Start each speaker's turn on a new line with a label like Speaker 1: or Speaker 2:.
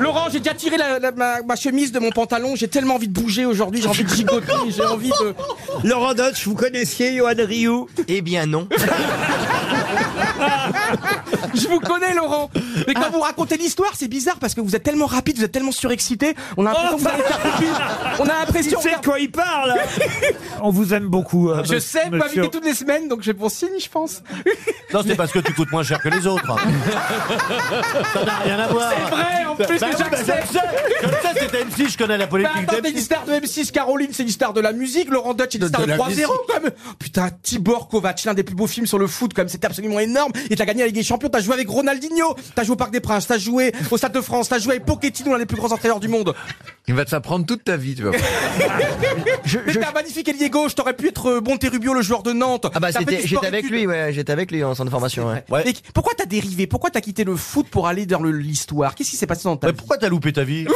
Speaker 1: Laurent, j'ai déjà tiré la- la- ma, ma chemise de mon pantalon. J'ai tellement envie de bouger aujourd'hui. J'ai envie de gigoter. J'ai envie de.
Speaker 2: Laurent Dodge, vous connaissiez Johan Rioux
Speaker 3: Eh bien non.
Speaker 1: Je vous connais, Laurent. Mais quand vous racontez l'histoire, c'est bizarre parce que vous êtes tellement rapide, vous êtes tellement surexcité. On a l'impression que vous allez faire pipi. On a l'impression.
Speaker 2: C'est de quoi il parle On vous aime beaucoup. euh,
Speaker 1: Je sais, vous
Speaker 2: monsieur-
Speaker 1: m'invitez toutes les semaines, donc j'ai pour signe, je pense.
Speaker 4: Non, c'est parce que tu coûtes moins cher que les autres. Ça n'a rien à voir.
Speaker 1: C'est vrai, en plus,
Speaker 4: Bah
Speaker 1: que
Speaker 4: oui, bah
Speaker 1: j'accepte.
Speaker 4: je le sais. Je le sais, c'était MC, je connais la
Speaker 1: Bah, Mais
Speaker 4: politique
Speaker 1: attendez, une
Speaker 4: d'MC.
Speaker 1: star de M6, Caroline, c'est une star de la musique, Laurent Dutch, c'est une
Speaker 4: De-
Speaker 1: star de,
Speaker 4: de la
Speaker 1: 3-0 quand même. Putain, Tibor Kovac, l'un des plus beaux films sur le foot, quand même, c'était absolument énorme. Et t'as gagné la Ligue des Champions, t'as joué avec Ronaldinho, t'as joué au Parc des Princes, t'as joué au Stade de France, t'as joué avec Pochettino, l'un des plus grands entraîneurs du monde.
Speaker 5: Il va te s'apprendre toute ta vie, tu vas voir.
Speaker 1: Mais t'as un magnifique ailier gauche, t'aurais pu être euh, Bonterrubio, le joueur de Nantes.
Speaker 3: Ah bah
Speaker 1: T'as fait
Speaker 3: c'était-
Speaker 1: du sport
Speaker 3: j'étais avec
Speaker 1: études.
Speaker 3: lui, ouais, j'étais avec lui en centre de formation. Ouais.
Speaker 4: Ouais.
Speaker 1: Mais pourquoi t'as dérivé Pourquoi t'as quitté le foot pour aller vers le- l'histoire Qu'est-ce qui s'est passé dans ta
Speaker 4: Mais
Speaker 1: vie
Speaker 4: pourquoi t'as loupé ta vie